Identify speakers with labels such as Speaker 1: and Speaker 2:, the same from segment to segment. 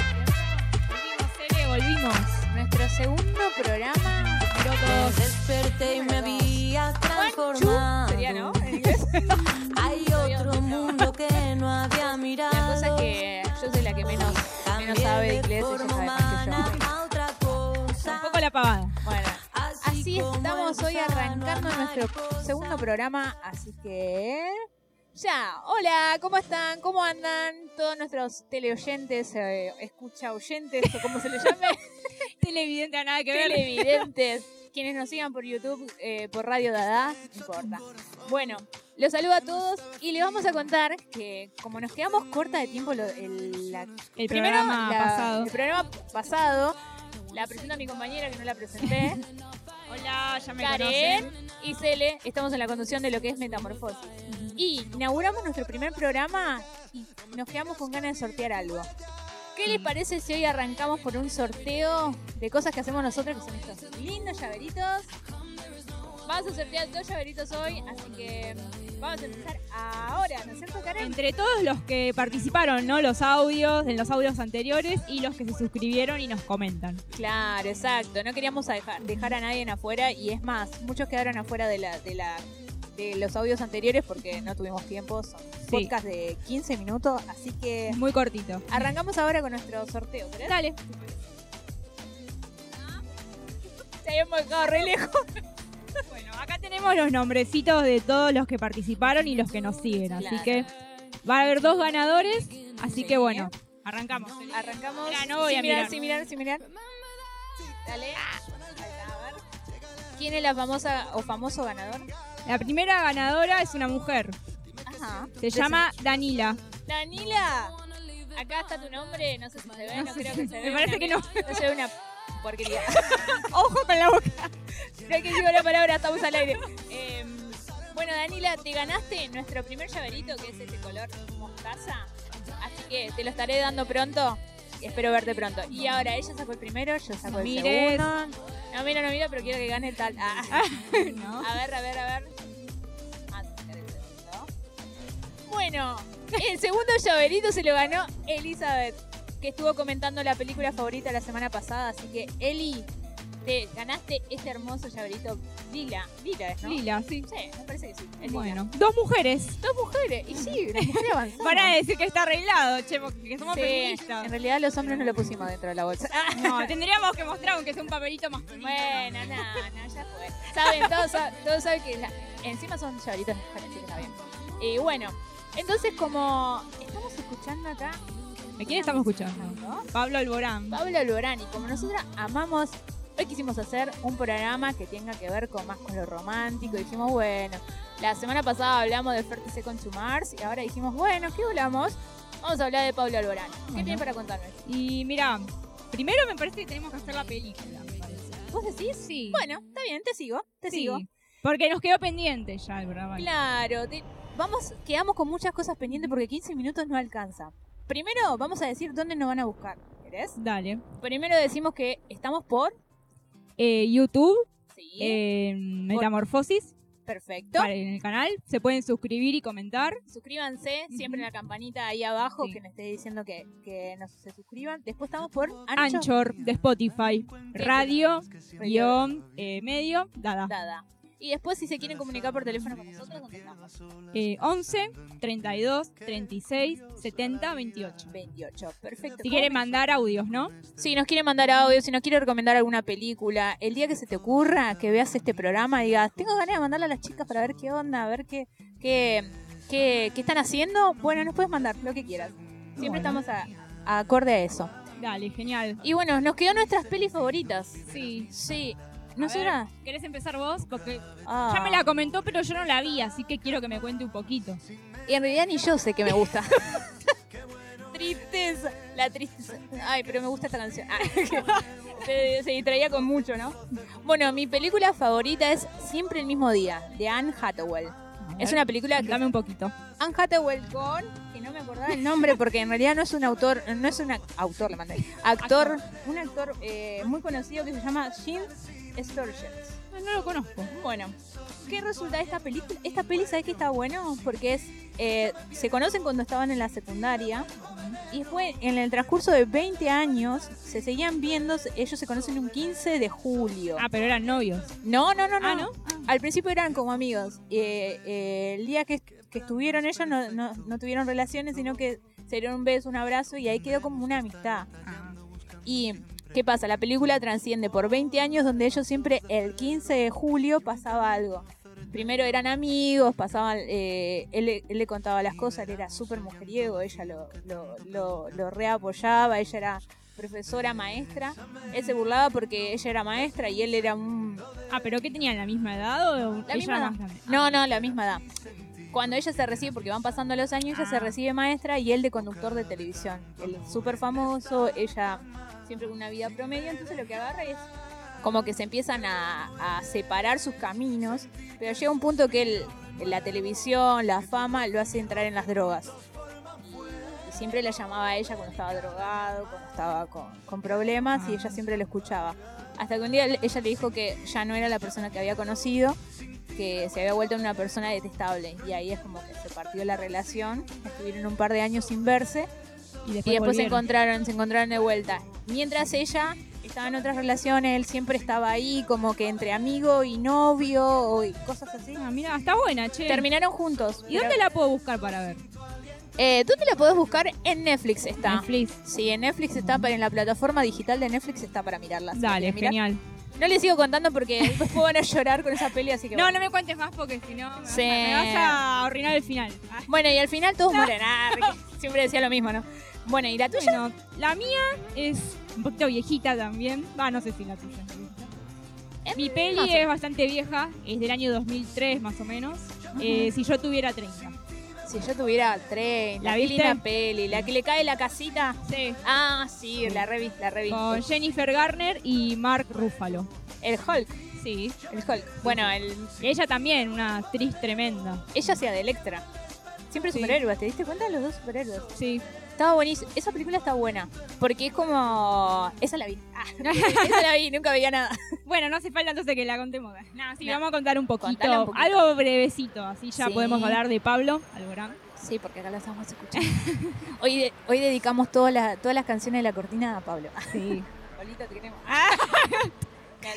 Speaker 1: Volvimos, Cele, volvimos. Nuestro segundo programa. Brotos.
Speaker 2: Desperté y me había
Speaker 1: Juan
Speaker 2: transformado.
Speaker 1: Chu, sería, ¿no? En inglés.
Speaker 2: Hay otro mundo que no había mirado.
Speaker 1: La cosa es que yo soy la que menos, menos
Speaker 2: Cambié
Speaker 1: sabe de
Speaker 2: de
Speaker 1: inglés y ella
Speaker 2: forma
Speaker 1: sabe más que yo.
Speaker 2: humana a otra cosa.
Speaker 3: Un poco la pavada.
Speaker 1: Bueno, así
Speaker 2: como
Speaker 1: estamos
Speaker 2: el
Speaker 1: hoy arrancando
Speaker 2: gusano
Speaker 1: nuestro
Speaker 2: mariposa.
Speaker 1: segundo programa, así que... Ya, hola, ¿cómo están? ¿Cómo andan todos nuestros teleoyentes, eh, escucha oyentes o como se les llame?
Speaker 3: Televidente a nada que ver.
Speaker 1: televidentes, quienes nos sigan por YouTube, eh, por Radio Dada, no importa. Bueno, los saludo a todos y les vamos a contar que como nos quedamos corta de tiempo lo- el, la-
Speaker 3: El
Speaker 1: primero,
Speaker 3: programa
Speaker 1: la-
Speaker 3: pasado.
Speaker 1: el programa pasado, la presento a mi compañera que no la presenté,
Speaker 3: Hola, ya me
Speaker 1: Karen
Speaker 3: conocen.
Speaker 1: y Cele, estamos en la conducción de lo que es Metamorfosis. Y inauguramos nuestro primer programa y nos quedamos con ganas de sortear algo. ¿Qué les parece si hoy arrancamos por un sorteo de cosas que hacemos nosotros, que son estos lindos llaveritos? Vamos a sortear dos llaveritos hoy, así que vamos a empezar ahora, ¿no es cierto, Karen?
Speaker 3: Entre todos los que participaron, ¿no? Los audios, en los audios anteriores y los que se suscribieron y nos comentan.
Speaker 1: Claro, exacto. No queríamos a dejar, dejar a nadie en afuera y es más, muchos quedaron afuera de la... De la de los audios anteriores porque no tuvimos tiempo, son podcast de 15 minutos, así que
Speaker 3: Es muy cortito.
Speaker 1: arrancamos ahora con nuestro sorteo, ¿querés?
Speaker 3: Dale.
Speaker 1: Se habíamos dejado re lejos.
Speaker 3: Bueno, acá tenemos los nombrecitos de todos los que participaron y los que nos siguen. Así
Speaker 1: Claro.
Speaker 3: que va a haber dos ganadores. Así
Speaker 1: Sí.
Speaker 3: que bueno, arrancamos.
Speaker 1: Arrancamos.
Speaker 3: Mirá, no voy
Speaker 1: sin
Speaker 3: a
Speaker 1: mirar,
Speaker 3: mirar.
Speaker 1: sin mirar, sin mirar. Dale. A ver. ¿Quién es la famosa o famoso ganador?
Speaker 3: La primera ganadora es una mujer.
Speaker 1: Ajá.
Speaker 3: Se llama Danila.
Speaker 1: Danila. Acá está tu nombre. No sé si se ve, no,
Speaker 3: No sé
Speaker 1: creo
Speaker 3: si-
Speaker 1: que se
Speaker 3: me
Speaker 1: vea.
Speaker 3: parece que no.
Speaker 1: No se ve una porquería.
Speaker 3: Ojo con la boca.
Speaker 1: Creo que digo la palabra, estamos al aire. Eh, bueno, Danila, te ganaste nuestro primer llaverito, que es ese color mostaza. Así que te lo estaré dando pronto. Espero verte pronto. Y ahora ella sacó el primero, yo saco el
Speaker 3: Mires.
Speaker 1: segundo. No, mira, no mira, pero quiero que gane tal. Ah.
Speaker 3: No.
Speaker 1: A ver, a ver, a ver. Ah, sacar el segundo. Bueno, el segundo llaverito se lo ganó Elizabeth, que estuvo comentando la película favorita la semana pasada. Así que, Eli, te ganaste este hermoso llaverito lila. Lila es, ¿no?
Speaker 3: Lila, sí.
Speaker 1: Sí, me parece que sí. es lila.
Speaker 3: Bueno, dos mujeres.
Speaker 1: Dos mujeres. Y sí, una mujer avanzada.
Speaker 3: Para de decir que está arreglado, che, porque somos
Speaker 1: Sí, En
Speaker 3: feministas.
Speaker 1: realidad los hombres no lo pusimos dentro de la bolsa. Ah,
Speaker 3: No, tendríamos que mostrar aunque sea un papelito más bonito.
Speaker 1: bueno, no, no, ya fue. Saben, todos, sa- todos saben que la- encima son llaveritos de mujer, así que está bien. Y bueno, entonces como estamos escuchando acá
Speaker 3: ¿A quién estamos escuchando?
Speaker 1: ¿no?
Speaker 3: Pablo Alborán.
Speaker 1: Pablo Alborán y como nosotras amamos, hoy quisimos hacer un programa que tenga que ver con más con lo romántico. Dijimos, bueno, la semana pasada hablamos de Fértese con Chumars y ahora dijimos, bueno, ¿qué hablamos? Vamos a hablar de Pablo Alborán. ¿Qué
Speaker 3: Bueno.
Speaker 1: tiene para contarme?
Speaker 3: Y mira, primero me parece que tenemos que hacer la película. me parece.
Speaker 1: ¿Vos decís?
Speaker 3: Sí.
Speaker 1: Bueno, está bien, te sigo, te
Speaker 3: Sí,
Speaker 1: sigo.
Speaker 3: Porque nos quedó pendiente ya el programa.
Speaker 1: Claro, te- vamos, quedamos con muchas cosas pendientes porque 15 minutos no alcanza. Primero vamos a decir dónde nos van a buscar. ¿Querés?
Speaker 3: Dale.
Speaker 1: Primero decimos que estamos por...
Speaker 3: Eh, YouTube,
Speaker 1: Sí,
Speaker 3: eh, Metamorfosis,
Speaker 1: perfecto.
Speaker 3: para- en el canal. Se pueden suscribir y comentar.
Speaker 1: Suscríbanse,
Speaker 3: Ujú.
Speaker 1: siempre en la campanita ahí abajo
Speaker 3: Sí.
Speaker 1: que me esté diciendo que, que nos se suscriban. Después estamos por Ancho.
Speaker 3: Anchor, de Spotify, radio, guión, eh, medio, dada.
Speaker 1: Dada. Y después si se quieren comunicar por teléfono con nosotros, ¿dónde estamos?
Speaker 3: Eh, 11, 32, 36, 70, 28.
Speaker 1: 28. Perfecto.
Speaker 3: Si quieren mandar audios, ¿no?
Speaker 1: Si nos quieren mandar audio, si nos quieren recomendar alguna película, el día que se te ocurra que veas este programa, digas, tengo ganas de mandarle a las chicas para ver qué onda, a ver qué, qué, qué, qué están haciendo. Bueno, nos puedes mandar lo que quieras. Siempre
Speaker 3: Bueno.
Speaker 1: estamos a, a acorde a eso.
Speaker 3: Dale, genial.
Speaker 1: Y bueno, nos quedó nuestras pelis favoritas.
Speaker 3: Sí.
Speaker 1: Sí.
Speaker 3: A
Speaker 1: ¿No
Speaker 3: ver,
Speaker 1: será?
Speaker 3: ¿Querés empezar vos? Porque
Speaker 1: Ah.
Speaker 3: ya me la comentó, pero yo no la vi, así que quiero que me cuente un poquito.
Speaker 1: Y en realidad ni yo sé que me gusta. tristeza, la tristeza. Ay, pero me gusta esta canción. Ah, se, se distraía con mucho, ¿no? Bueno, mi película favorita es Siempre el mismo día, de Anne Hathaway. Es una película que
Speaker 3: Dame un poquito. Ah,
Speaker 1: Anne Hathaway con, que no me acordaba el nombre porque en realidad no es un autor, no es un ac- autor, le mandé, actor, un actor eh, muy conocido que se llama Jim Sturgess.
Speaker 3: No, no lo conozco.
Speaker 1: Bueno, ¿Qué resulta de esta película? Esta peli, ¿sabes qué está bueno? Porque es eh, se conocen cuando estaban en la secundaria. Y fue en el transcurso de 20 años, se seguían viendo, ellos se conocen un 15 de julio.
Speaker 3: Ah, pero eran novios.
Speaker 1: No, no, no, no.
Speaker 3: Ah, ¿no?
Speaker 1: Al principio eran como amigos. Eh, eh, el día que, que estuvieron ellos no, no- no tuvieron relaciones, sino que se dieron un beso, un abrazo y ahí quedó como una amistad. Y, ¿qué pasa? La película transciende por 20 años donde ellos siempre el 15 de julio pasaba algo. Primero eran amigos, pasaban, eh, él, le- él le contaba las cosas, él era súper mujeriego, ella lo, lo, lo- lo reapoyaba, ella era profesora, maestra, él se burlaba porque ella era maestra y él era un
Speaker 3: Ah, pero ¿qué tenían? ¿La misma edad o
Speaker 1: la
Speaker 3: ella
Speaker 1: misma
Speaker 3: más
Speaker 1: edad.
Speaker 3: grande?
Speaker 1: No, no, la misma edad. Cuando ella se recibe, porque van pasando los años, ella
Speaker 3: Ah.
Speaker 1: se recibe maestra y él de conductor de televisión. Él es súper famoso, ella siempre con una vida promedio, entonces lo que agarra es como que se empiezan a, a separar sus caminos, pero llega un punto que él, la televisión, la fama, lo hace entrar en las drogas. Y siempre la llamaba a ella cuando estaba drogado, cuando estaba con, con problemas y
Speaker 3: Ah.
Speaker 1: ella siempre lo escuchaba. Hasta que un día él- ella le dijo que ya no era la persona que había conocido, que se había vuelto una persona detestable. Y ahí es como que se partió la relación, estuvieron un par de años sin verse
Speaker 3: Y después,
Speaker 1: y después se
Speaker 3: volvieron.
Speaker 1: encontraron, se encontraron de vuelta. Mientras ella estaba en otras relaciones, él siempre estaba ahí como que entre amigo y novio o- y cosas así.
Speaker 3: Ah, mira, está buena, che.
Speaker 1: Terminaron juntos.
Speaker 3: ¿Y dónde la puedo buscar para ver?
Speaker 1: Eh, ¿Dónde la podés buscar? En Netflix está.
Speaker 3: Netflix.
Speaker 1: Sí, en Netflix está, pero en la plataforma digital de Netflix está para mirarla. si la
Speaker 3: Dale,
Speaker 1: quieren mirar.
Speaker 3: genial.
Speaker 1: No les sigo contando porque después van a llorar con esa peli, así que.
Speaker 3: No,
Speaker 1: bueno.
Speaker 3: no me cuentes más porque si no me, vas a-
Speaker 1: Sí.
Speaker 3: me vas a arruinar el final. Ah,
Speaker 1: Bueno, y al final todos mueren. Ah, re- siempre decía lo mismo, ¿no? Bueno, ¿y la tuya?
Speaker 3: Bueno, la mía es un poquito viejita también. Va, no sé si la tuya. Mi
Speaker 1: más
Speaker 3: peli
Speaker 1: o-
Speaker 3: es bastante vieja, es del año 2003 más o menos. Eh, si yo tuviera 30.
Speaker 1: Si yo tuviera tren,
Speaker 3: ¿La
Speaker 1: la qué
Speaker 3: viste?
Speaker 1: linda peli, la que le cae la casita.
Speaker 3: Sí.
Speaker 1: Ah, sí, la revista, la revista.
Speaker 3: Con Jennifer Garner y Mark Ruffalo.
Speaker 1: El Hulk,
Speaker 3: Sí.
Speaker 1: el Hulk. Bueno, el-
Speaker 3: Ella también, una actriz tremenda.
Speaker 1: ella hacía de Electra. Siempre
Speaker 3: Sí.
Speaker 1: superhéroes, ¿te diste cuenta? Los dos superhéroes.
Speaker 3: Sí.
Speaker 1: Estaba buenísimo. Esa película está buena. Porque es como. Esa la vi. Ah, esa la vi, nunca veía nada.
Speaker 3: Bueno, no hace falta entonces que la contemos. No, sí,
Speaker 1: No.
Speaker 3: vamos a contar un poquito,
Speaker 1: Contala un poquito.
Speaker 3: Algo brevecito, así ya
Speaker 1: Sí.
Speaker 3: podemos hablar de Pablo Alborán.
Speaker 1: Sí, porque acá la estamos escuchando. Hoy, de- hoy dedicamos todas las todas las canciones de la cortina a Pablo.
Speaker 3: Sí.
Speaker 1: Pablito, te queremos.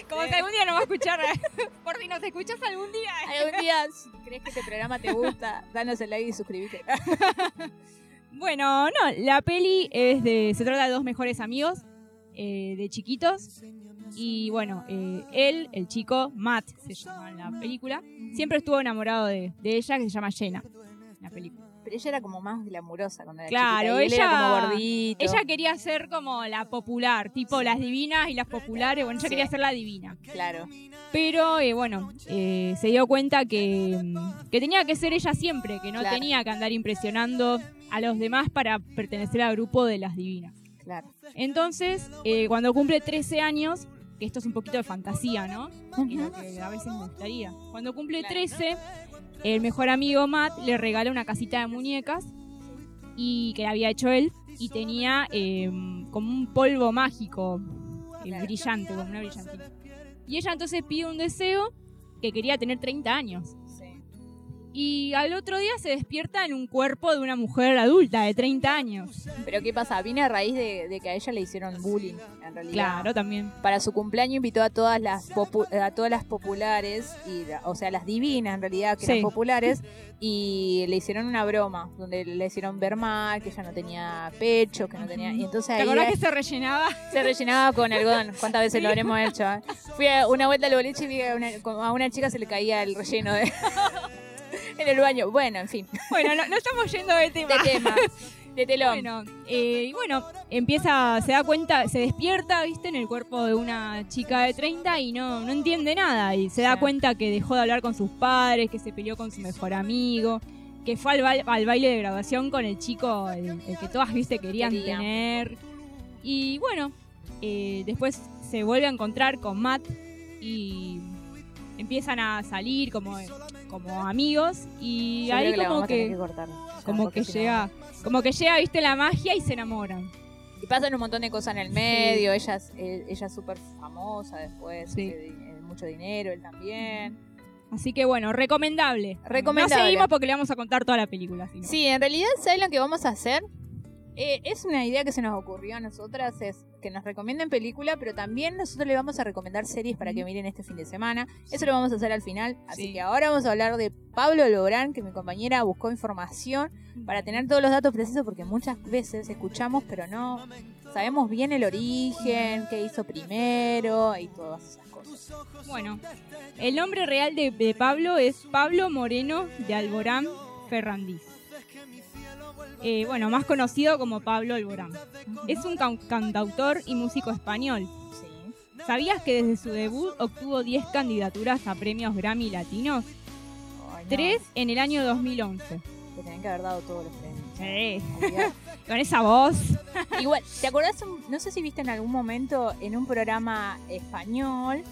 Speaker 3: Como que algún día nos va a escuchar. ¿eh? Por si nos escuchas algún día.
Speaker 1: Algún día, si crees que este programa te gusta, danos el like y suscríbete.
Speaker 3: Bueno, no, la peli es de. Se trata de dos mejores amigos eh, de chiquitos. Y bueno, eh, él, el chico, Matt se llama en la película, siempre estuvo enamorado de, de ella, que se llama Jenna. en La película.
Speaker 1: Pero ella era como más glamurosa cuando era
Speaker 3: Claro,
Speaker 1: chiquita, y él era
Speaker 3: ella-
Speaker 1: como gordito.
Speaker 3: Ella quería ser como la popular, tipo las divinas y las populares. Bueno, ella
Speaker 1: Sí.
Speaker 3: quería ser la divina.
Speaker 1: Claro.
Speaker 3: Pero eh, bueno, eh, se dio cuenta que, mm, que tenía que ser ella siempre, que no
Speaker 1: Claro.
Speaker 3: tenía que andar impresionando a los demás para pertenecer al grupo de las divinas.
Speaker 1: Claro.
Speaker 3: Entonces, eh, cuando cumple 13 años, que esto es un poquito de fantasía, ¿no? Y lo que a veces me gustaría. Cuando cumple
Speaker 1: Claro.
Speaker 3: 13, el mejor amigo Matt le regala una casita de muñecas y que había hecho él y tenía eh, como un polvo mágico eh,
Speaker 1: Claro.
Speaker 3: brillante, como una brillantina. Y ella entonces pide un deseo que quería tener 30 años.
Speaker 1: Sí.
Speaker 3: Y al otro día se despierta en un cuerpo de una mujer adulta de 30 años.
Speaker 1: Pero ¿qué pasa? Vine a raíz de, de que a ella le hicieron bullying, en realidad.
Speaker 3: Claro, también.
Speaker 1: Para su cumpleaños invitó a todas las popu- a todas las populares, y, la- o sea, las divinas en realidad, que
Speaker 3: Sí.
Speaker 1: eran populares, y le hicieron una broma, donde le hicieron ver mal, que ella no tenía pecho, que no tenía... Y entonces
Speaker 3: ¿Te
Speaker 1: ahí eh?
Speaker 3: acordás
Speaker 1: la-
Speaker 3: que se rellenaba?
Speaker 1: se rellenaba con algodón. ¿Cuántas veces lo habremos hecho? eh? Fui a una vuelta al boliche y vi a una, como a una chica se le caía el relleno de... en el baño. Bueno, en fin,
Speaker 3: Bueno, no, no estamos yendo de tema.
Speaker 1: de tema, de telón.
Speaker 3: Bueno, eh, y bueno, empieza, se da cuenta, se despierta, viste, en el cuerpo de una chica de 30 y no, no entiende nada. Y se da
Speaker 1: Claro.
Speaker 3: cuenta que dejó de hablar con sus padres, que se peleó con su mejor amigo, que fue al, bail- al baile de graduación con el chico, el, el que todas, viste, querían
Speaker 1: Quería.
Speaker 3: tener. Y bueno, eh, después se vuelve a encontrar con Matt y empiezan a salir como, como amigos y
Speaker 1: Yo creo
Speaker 3: ahí
Speaker 1: la vamos
Speaker 3: como
Speaker 1: a tener
Speaker 3: que
Speaker 1: cortar. Ya,
Speaker 3: como
Speaker 1: porque
Speaker 3: que
Speaker 1: si no-
Speaker 3: llega, como que llega, viste, la magia y se enamoran.
Speaker 1: Y pasan un montón de cosas en el medio. Ella es eh, ella es súper famosa después,
Speaker 3: Sí. Mm.
Speaker 1: hace di- eh, mucho dinero, él también.
Speaker 3: Así que bueno, recomendable.
Speaker 1: Recomendable.
Speaker 3: No seguimos porque le vamos a contar toda la película. si no.
Speaker 1: Sí, en realidad, ¿sabes lo que vamos a hacer? Eh, es una idea que se nos ocurrió a nosotras, es que nos recomienden película, pero también nosotros le vamos a recomendar series para que miren este fin de semana. Eso lo vamos a hacer al final. Así
Speaker 3: Sí.
Speaker 1: que ahora vamos a hablar de Pablo Lorán, que mi compañera buscó información para tener todos los datos precisos, porque muchas veces escuchamos, pero no sabemos bien el origen, qué hizo primero y todas esas cosas.
Speaker 3: Bueno, el nombre real de, de Pablo es Pablo Moreno de Alborán Ferrandiz. Eh, bueno, más conocido como Pablo Alborán. Es un cau- cantautor y músico español.
Speaker 1: Sí.
Speaker 3: ¿Sabías que desde su debut obtuvo 10 candidaturas a premios Grammy latinos?
Speaker 1: Ay, no,
Speaker 3: 3 en el año 2011.
Speaker 1: Te tenían que haber dado todos los premios.
Speaker 3: Sí,
Speaker 1: Olvidate.
Speaker 3: Eh, con esa voz.
Speaker 1: Igual, ¿te acordás? un- No sé si viste en algún momento en un programa español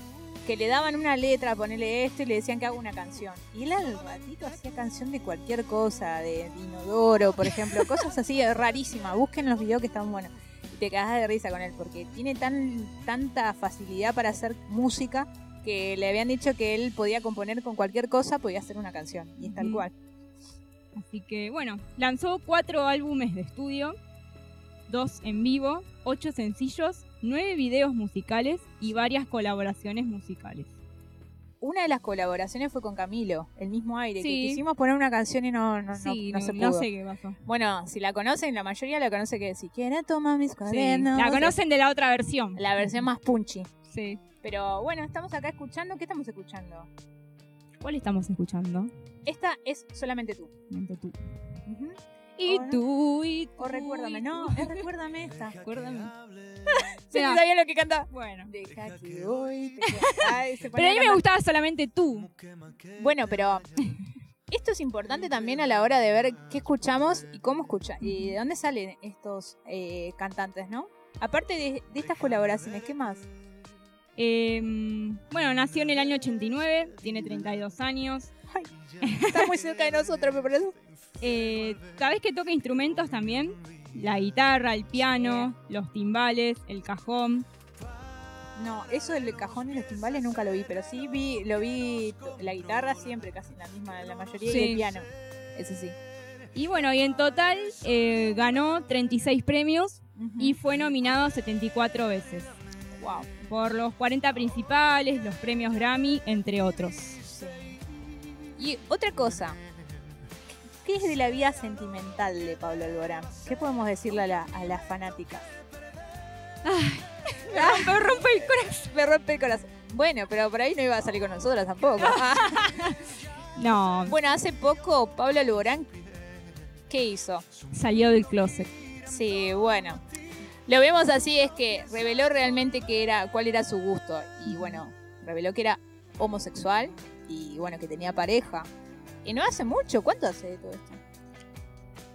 Speaker 1: que le daban una letra, ponele esto, y le decían que haga una canción. Y él al ratito hacía canción de cualquier cosa, de, de inodoro, por ejemplo, cosas así rarísimas. Busquen los videos que están buenos. Y te cagás de risa con él, porque tiene tan tanta facilidad para hacer música que le habían dicho que él podía componer con cualquier cosa, podía hacer una canción. Y es tal
Speaker 3: Ujú.
Speaker 1: cual.
Speaker 3: Así que bueno, lanzó cuatro álbumes de estudio, dos en vivo, ocho sencillos, nueve videos musicales y varias colaboraciones musicales.
Speaker 1: Una de las colaboraciones fue con Camilo, el mismo aire,
Speaker 3: Sí.
Speaker 1: que quisimos poner una canción y no, no, no-
Speaker 3: sí,
Speaker 1: no
Speaker 3: no,
Speaker 1: se pudo.
Speaker 3: no sé qué pasó.
Speaker 1: Bueno, si la conocen, la mayoría la conoce que si quiere toma mis
Speaker 3: Sí,
Speaker 1: cuadernos.
Speaker 3: La conocen de la otra versión.
Speaker 1: La versión más punchy.
Speaker 3: Sí.
Speaker 1: Pero bueno, estamos acá escuchando. ¿Qué estamos escuchando?
Speaker 3: ¿Cuál estamos escuchando?
Speaker 1: Esta es solamente tú.
Speaker 3: Mente tú.
Speaker 1: Ujú.
Speaker 3: Y
Speaker 1: Ahora.
Speaker 3: tú, y tú.
Speaker 1: O recuérdame,
Speaker 3: y
Speaker 1: no,
Speaker 3: tú.
Speaker 1: es recuérdame esta.
Speaker 3: Recuérdame.
Speaker 1: Sí,
Speaker 3: Mira.
Speaker 1: sabía lo que canta.
Speaker 3: Bueno.
Speaker 1: Deja que hoy te- Ay,
Speaker 3: Pero
Speaker 1: se ponía
Speaker 3: a mí me
Speaker 1: cantar.
Speaker 3: gustaba solamente tú.
Speaker 1: Bueno, pero esto es importante también a la hora de ver qué escuchamos y cómo escucha y de dónde salen estos eh, cantantes, ¿no? Aparte de, de estas colaboraciones, ¿qué más?
Speaker 3: Eh, bueno, nació en el año 89, tiene 32 años.
Speaker 1: Está muy cerca de nosotros, me parece.
Speaker 3: Eh, ¿Sabés que toca instrumentos también? La guitarra, el piano, los timbales, el cajón.
Speaker 1: No, eso del cajón y los timbales nunca lo vi, pero sí vi, lo vi to- la guitarra siempre, casi la misma, la mayoría, y
Speaker 3: Sí.
Speaker 1: el piano. Eso sí.
Speaker 3: Y bueno, y en total eh, ganó 36 premios y fue nominado 74 veces.
Speaker 1: wow.
Speaker 3: Por los 40 principales, los premios Grammy, entre otros.
Speaker 1: Y otra cosa, ¿qué es de la vida sentimental de Pablo Alborán? ¿Qué podemos decirle a, la- a las fanáticas?
Speaker 3: Me rompe el corazón.
Speaker 1: Ah, Me rompe el corazón. Bueno, pero por ahí no iba a salir con nosotras tampoco.
Speaker 3: No,
Speaker 1: bueno, hace poco Pablo Alborán, ¿qué hizo?
Speaker 3: salió del closet.
Speaker 1: Sí, bueno. Lo vemos así es que reveló realmente que era cuál era su gusto y bueno, reveló que era homosexual y bueno, que tenía pareja. Y no hace mucho, ¿cuánto hace de todo esto?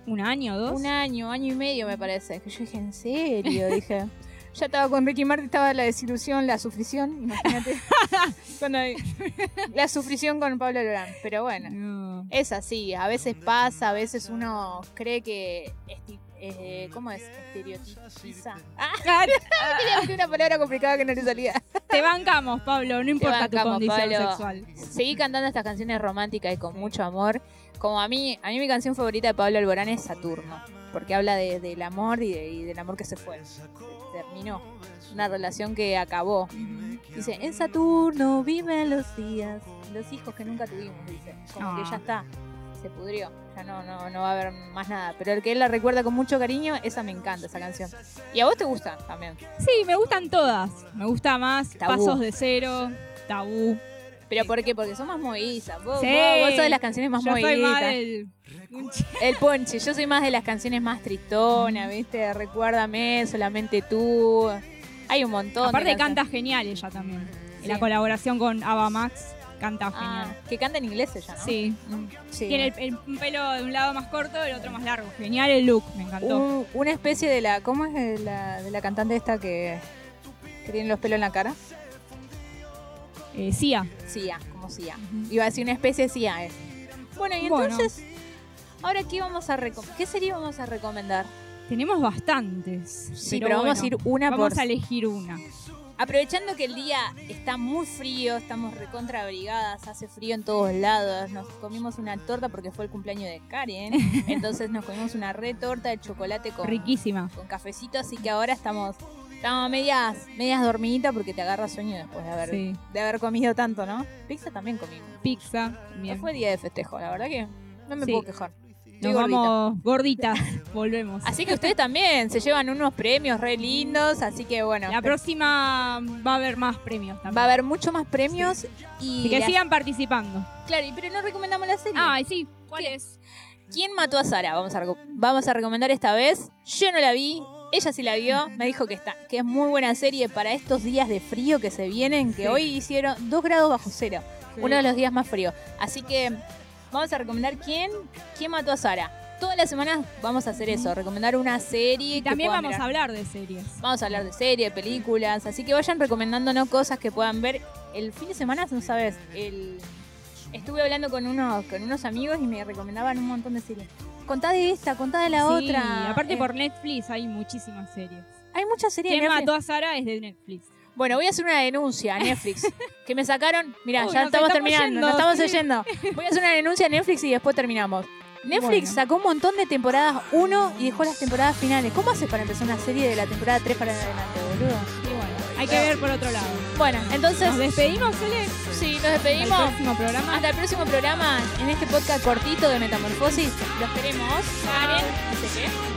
Speaker 3: ¿Un año, dos?
Speaker 1: Un año, año y medio me parece. Que yo dije, en serio, dije. Ya estaba con Ricky Martin, estaba la desilusión, la sufrición, imagínate. Cuando hay- la sufrición con Pablo Lorán, pero bueno.
Speaker 3: Mm. No.
Speaker 1: Es así, a veces pasa, a veces uno cree que. esti- eh, ¿Cómo es? Estereotipiza. Ah, quería decir una palabra complicada que no le salía.
Speaker 3: Te bancamos, Pablo, no importa
Speaker 1: bancamos,
Speaker 3: tu condición
Speaker 1: Pablo.
Speaker 3: sexual.
Speaker 1: Seguí cantando estas canciones románticas y con mucho amor. Como a mí, a mí mi canción favorita de Pablo Alborán es Saturno, porque habla de- del amor y, de- y del amor que se fue. se Terminó. Una relación que acabó. Dice, en Saturno viven los días, los hijos que nunca tuvimos, dice. Como
Speaker 3: Ah.
Speaker 1: que ya está, se pudrió, ya no, no, no va a haber más nada. Pero el que él la recuerda con mucho cariño, esa me encanta, esa canción. Y a vos te gusta también.
Speaker 3: Sí, me gustan todas. Me gusta más
Speaker 1: Tabú.
Speaker 3: Pasos de Cero, Tabú.
Speaker 1: ¿Pero por qué? Porque son más movidizas. Vos,
Speaker 3: Sí.
Speaker 1: vos, vos sos de las canciones más
Speaker 3: Yo
Speaker 1: moviditas.
Speaker 3: soy más del...
Speaker 1: El ponche, yo soy más de las canciones más
Speaker 3: Mm.
Speaker 1: tristonas, ¿viste? Recuérdame, solamente tú. Hay un montón.
Speaker 3: Aparte
Speaker 1: de
Speaker 3: canta
Speaker 1: canciones.
Speaker 3: genial ella también.
Speaker 1: Sí.
Speaker 3: La colaboración con Ava Max canta
Speaker 1: Ah,
Speaker 3: genial.
Speaker 1: que canta en inglés ella, ¿no?
Speaker 3: Sí.
Speaker 1: Mm, sí.
Speaker 3: Tiene el- el- un pelo de un lado más corto, el otro más largo. Genial el look, me encantó.
Speaker 1: Un- una especie de la. ¿Cómo es de la, de la cantante esta que, que tiene los pelos en la cara?
Speaker 3: Eh, Sia.
Speaker 1: Sia, como Sia. Iba a decir una especie de Sia es. Bueno, y
Speaker 3: Bueno.
Speaker 1: entonces. Ahora, ¿qué vamos a recom- ¿Qué serie vamos a recomendar?
Speaker 3: Tenemos bastantes.
Speaker 1: Sí, pero, vamos
Speaker 3: bueno,
Speaker 1: a ir una
Speaker 3: vamos
Speaker 1: por.
Speaker 3: a elegir una.
Speaker 1: Aprovechando que el día está muy frío, estamos recontra abrigadas, hace frío en todos lados, nos comimos una torta porque fue el cumpleaños de Karen, entonces nos comimos una re torta de chocolate con,
Speaker 3: Riquísima.
Speaker 1: con cafecito, así que ahora estamos, estamos medias, medias dormiditas porque te agarra sueño después de haber,
Speaker 3: Sí.
Speaker 1: de haber comido tanto, ¿no? Pizza también comimos.
Speaker 3: Pizza.
Speaker 1: No
Speaker 3: Bien.
Speaker 1: fue día de festejo, la verdad que no me
Speaker 3: Sí.
Speaker 1: puedo quejar. Estoy
Speaker 3: Nos
Speaker 1: gordita.
Speaker 3: vamos gorditas. Volvemos.
Speaker 1: Así que ustedes también se llevan unos premios re lindos, así que bueno,
Speaker 3: La próxima va a haber más premios también.
Speaker 1: va a haber mucho más premios y
Speaker 3: Así que
Speaker 1: la-
Speaker 3: sigan participando.
Speaker 1: claro, y- pero no recomendamos la serie.
Speaker 3: Ay, sí. ¿Cuál
Speaker 1: ¿Qué?
Speaker 3: es?
Speaker 1: ¿Quién mató a Sara? Vamos a, reco- vamos a recomendar esta vez. Yo no la vi, ella sí la vio, me dijo que está, que es muy buena serie para estos días de frío que se vienen, que
Speaker 3: Sí.
Speaker 1: hoy hicieron 2 grados bajo cero,
Speaker 3: Sí.
Speaker 1: uno de los días más fríos. Así que vamos a recomendar quién, quién mató a Sara. Todas las semanas vamos a hacer eso, recomendar una serie.
Speaker 3: Y
Speaker 1: que
Speaker 3: también
Speaker 1: puedan
Speaker 3: vamos
Speaker 1: ver.
Speaker 3: a hablar de series.
Speaker 1: Vamos a hablar de series, películas, así que vayan recomendándonos cosas que puedan ver. El fin de semana, no sabes, el... estuve hablando con unos, con unos amigos y me recomendaban un montón de series. Contá de esta, contá de la
Speaker 3: Sí,
Speaker 1: otra.
Speaker 3: Aparte
Speaker 1: Eh,
Speaker 3: por Netflix hay muchísimas series.
Speaker 1: Hay muchas series
Speaker 3: ¿Quién
Speaker 1: en Netflix.
Speaker 3: mató a Sara es de Netflix.
Speaker 1: Bueno, voy a hacer una denuncia a Netflix. que me sacaron... Mirá,
Speaker 3: Uy,
Speaker 1: ya
Speaker 3: nos
Speaker 1: estamos
Speaker 3: estamos
Speaker 1: terminando,
Speaker 3: yendo,
Speaker 1: nos estamos
Speaker 3: sí.
Speaker 1: yendo. Voy a hacer una denuncia a Netflix y después terminamos. Netflix
Speaker 3: Bueno.
Speaker 1: sacó un montón de temporadas 1 y dejó las temporadas finales. ¿Cómo haces para empezar una serie de la temporada 3 para en adelante, boludo?
Speaker 3: Y bueno, hay que ver por otro lado.
Speaker 1: Bueno, entonces...
Speaker 3: Nos despedimos, Sole.
Speaker 1: Sí, nos
Speaker 3: Al
Speaker 1: despedimos.
Speaker 3: próximo programa.
Speaker 1: Hasta el próximo programa en este podcast cortito de Metamorfosis. Los queremos. Karen, dice que.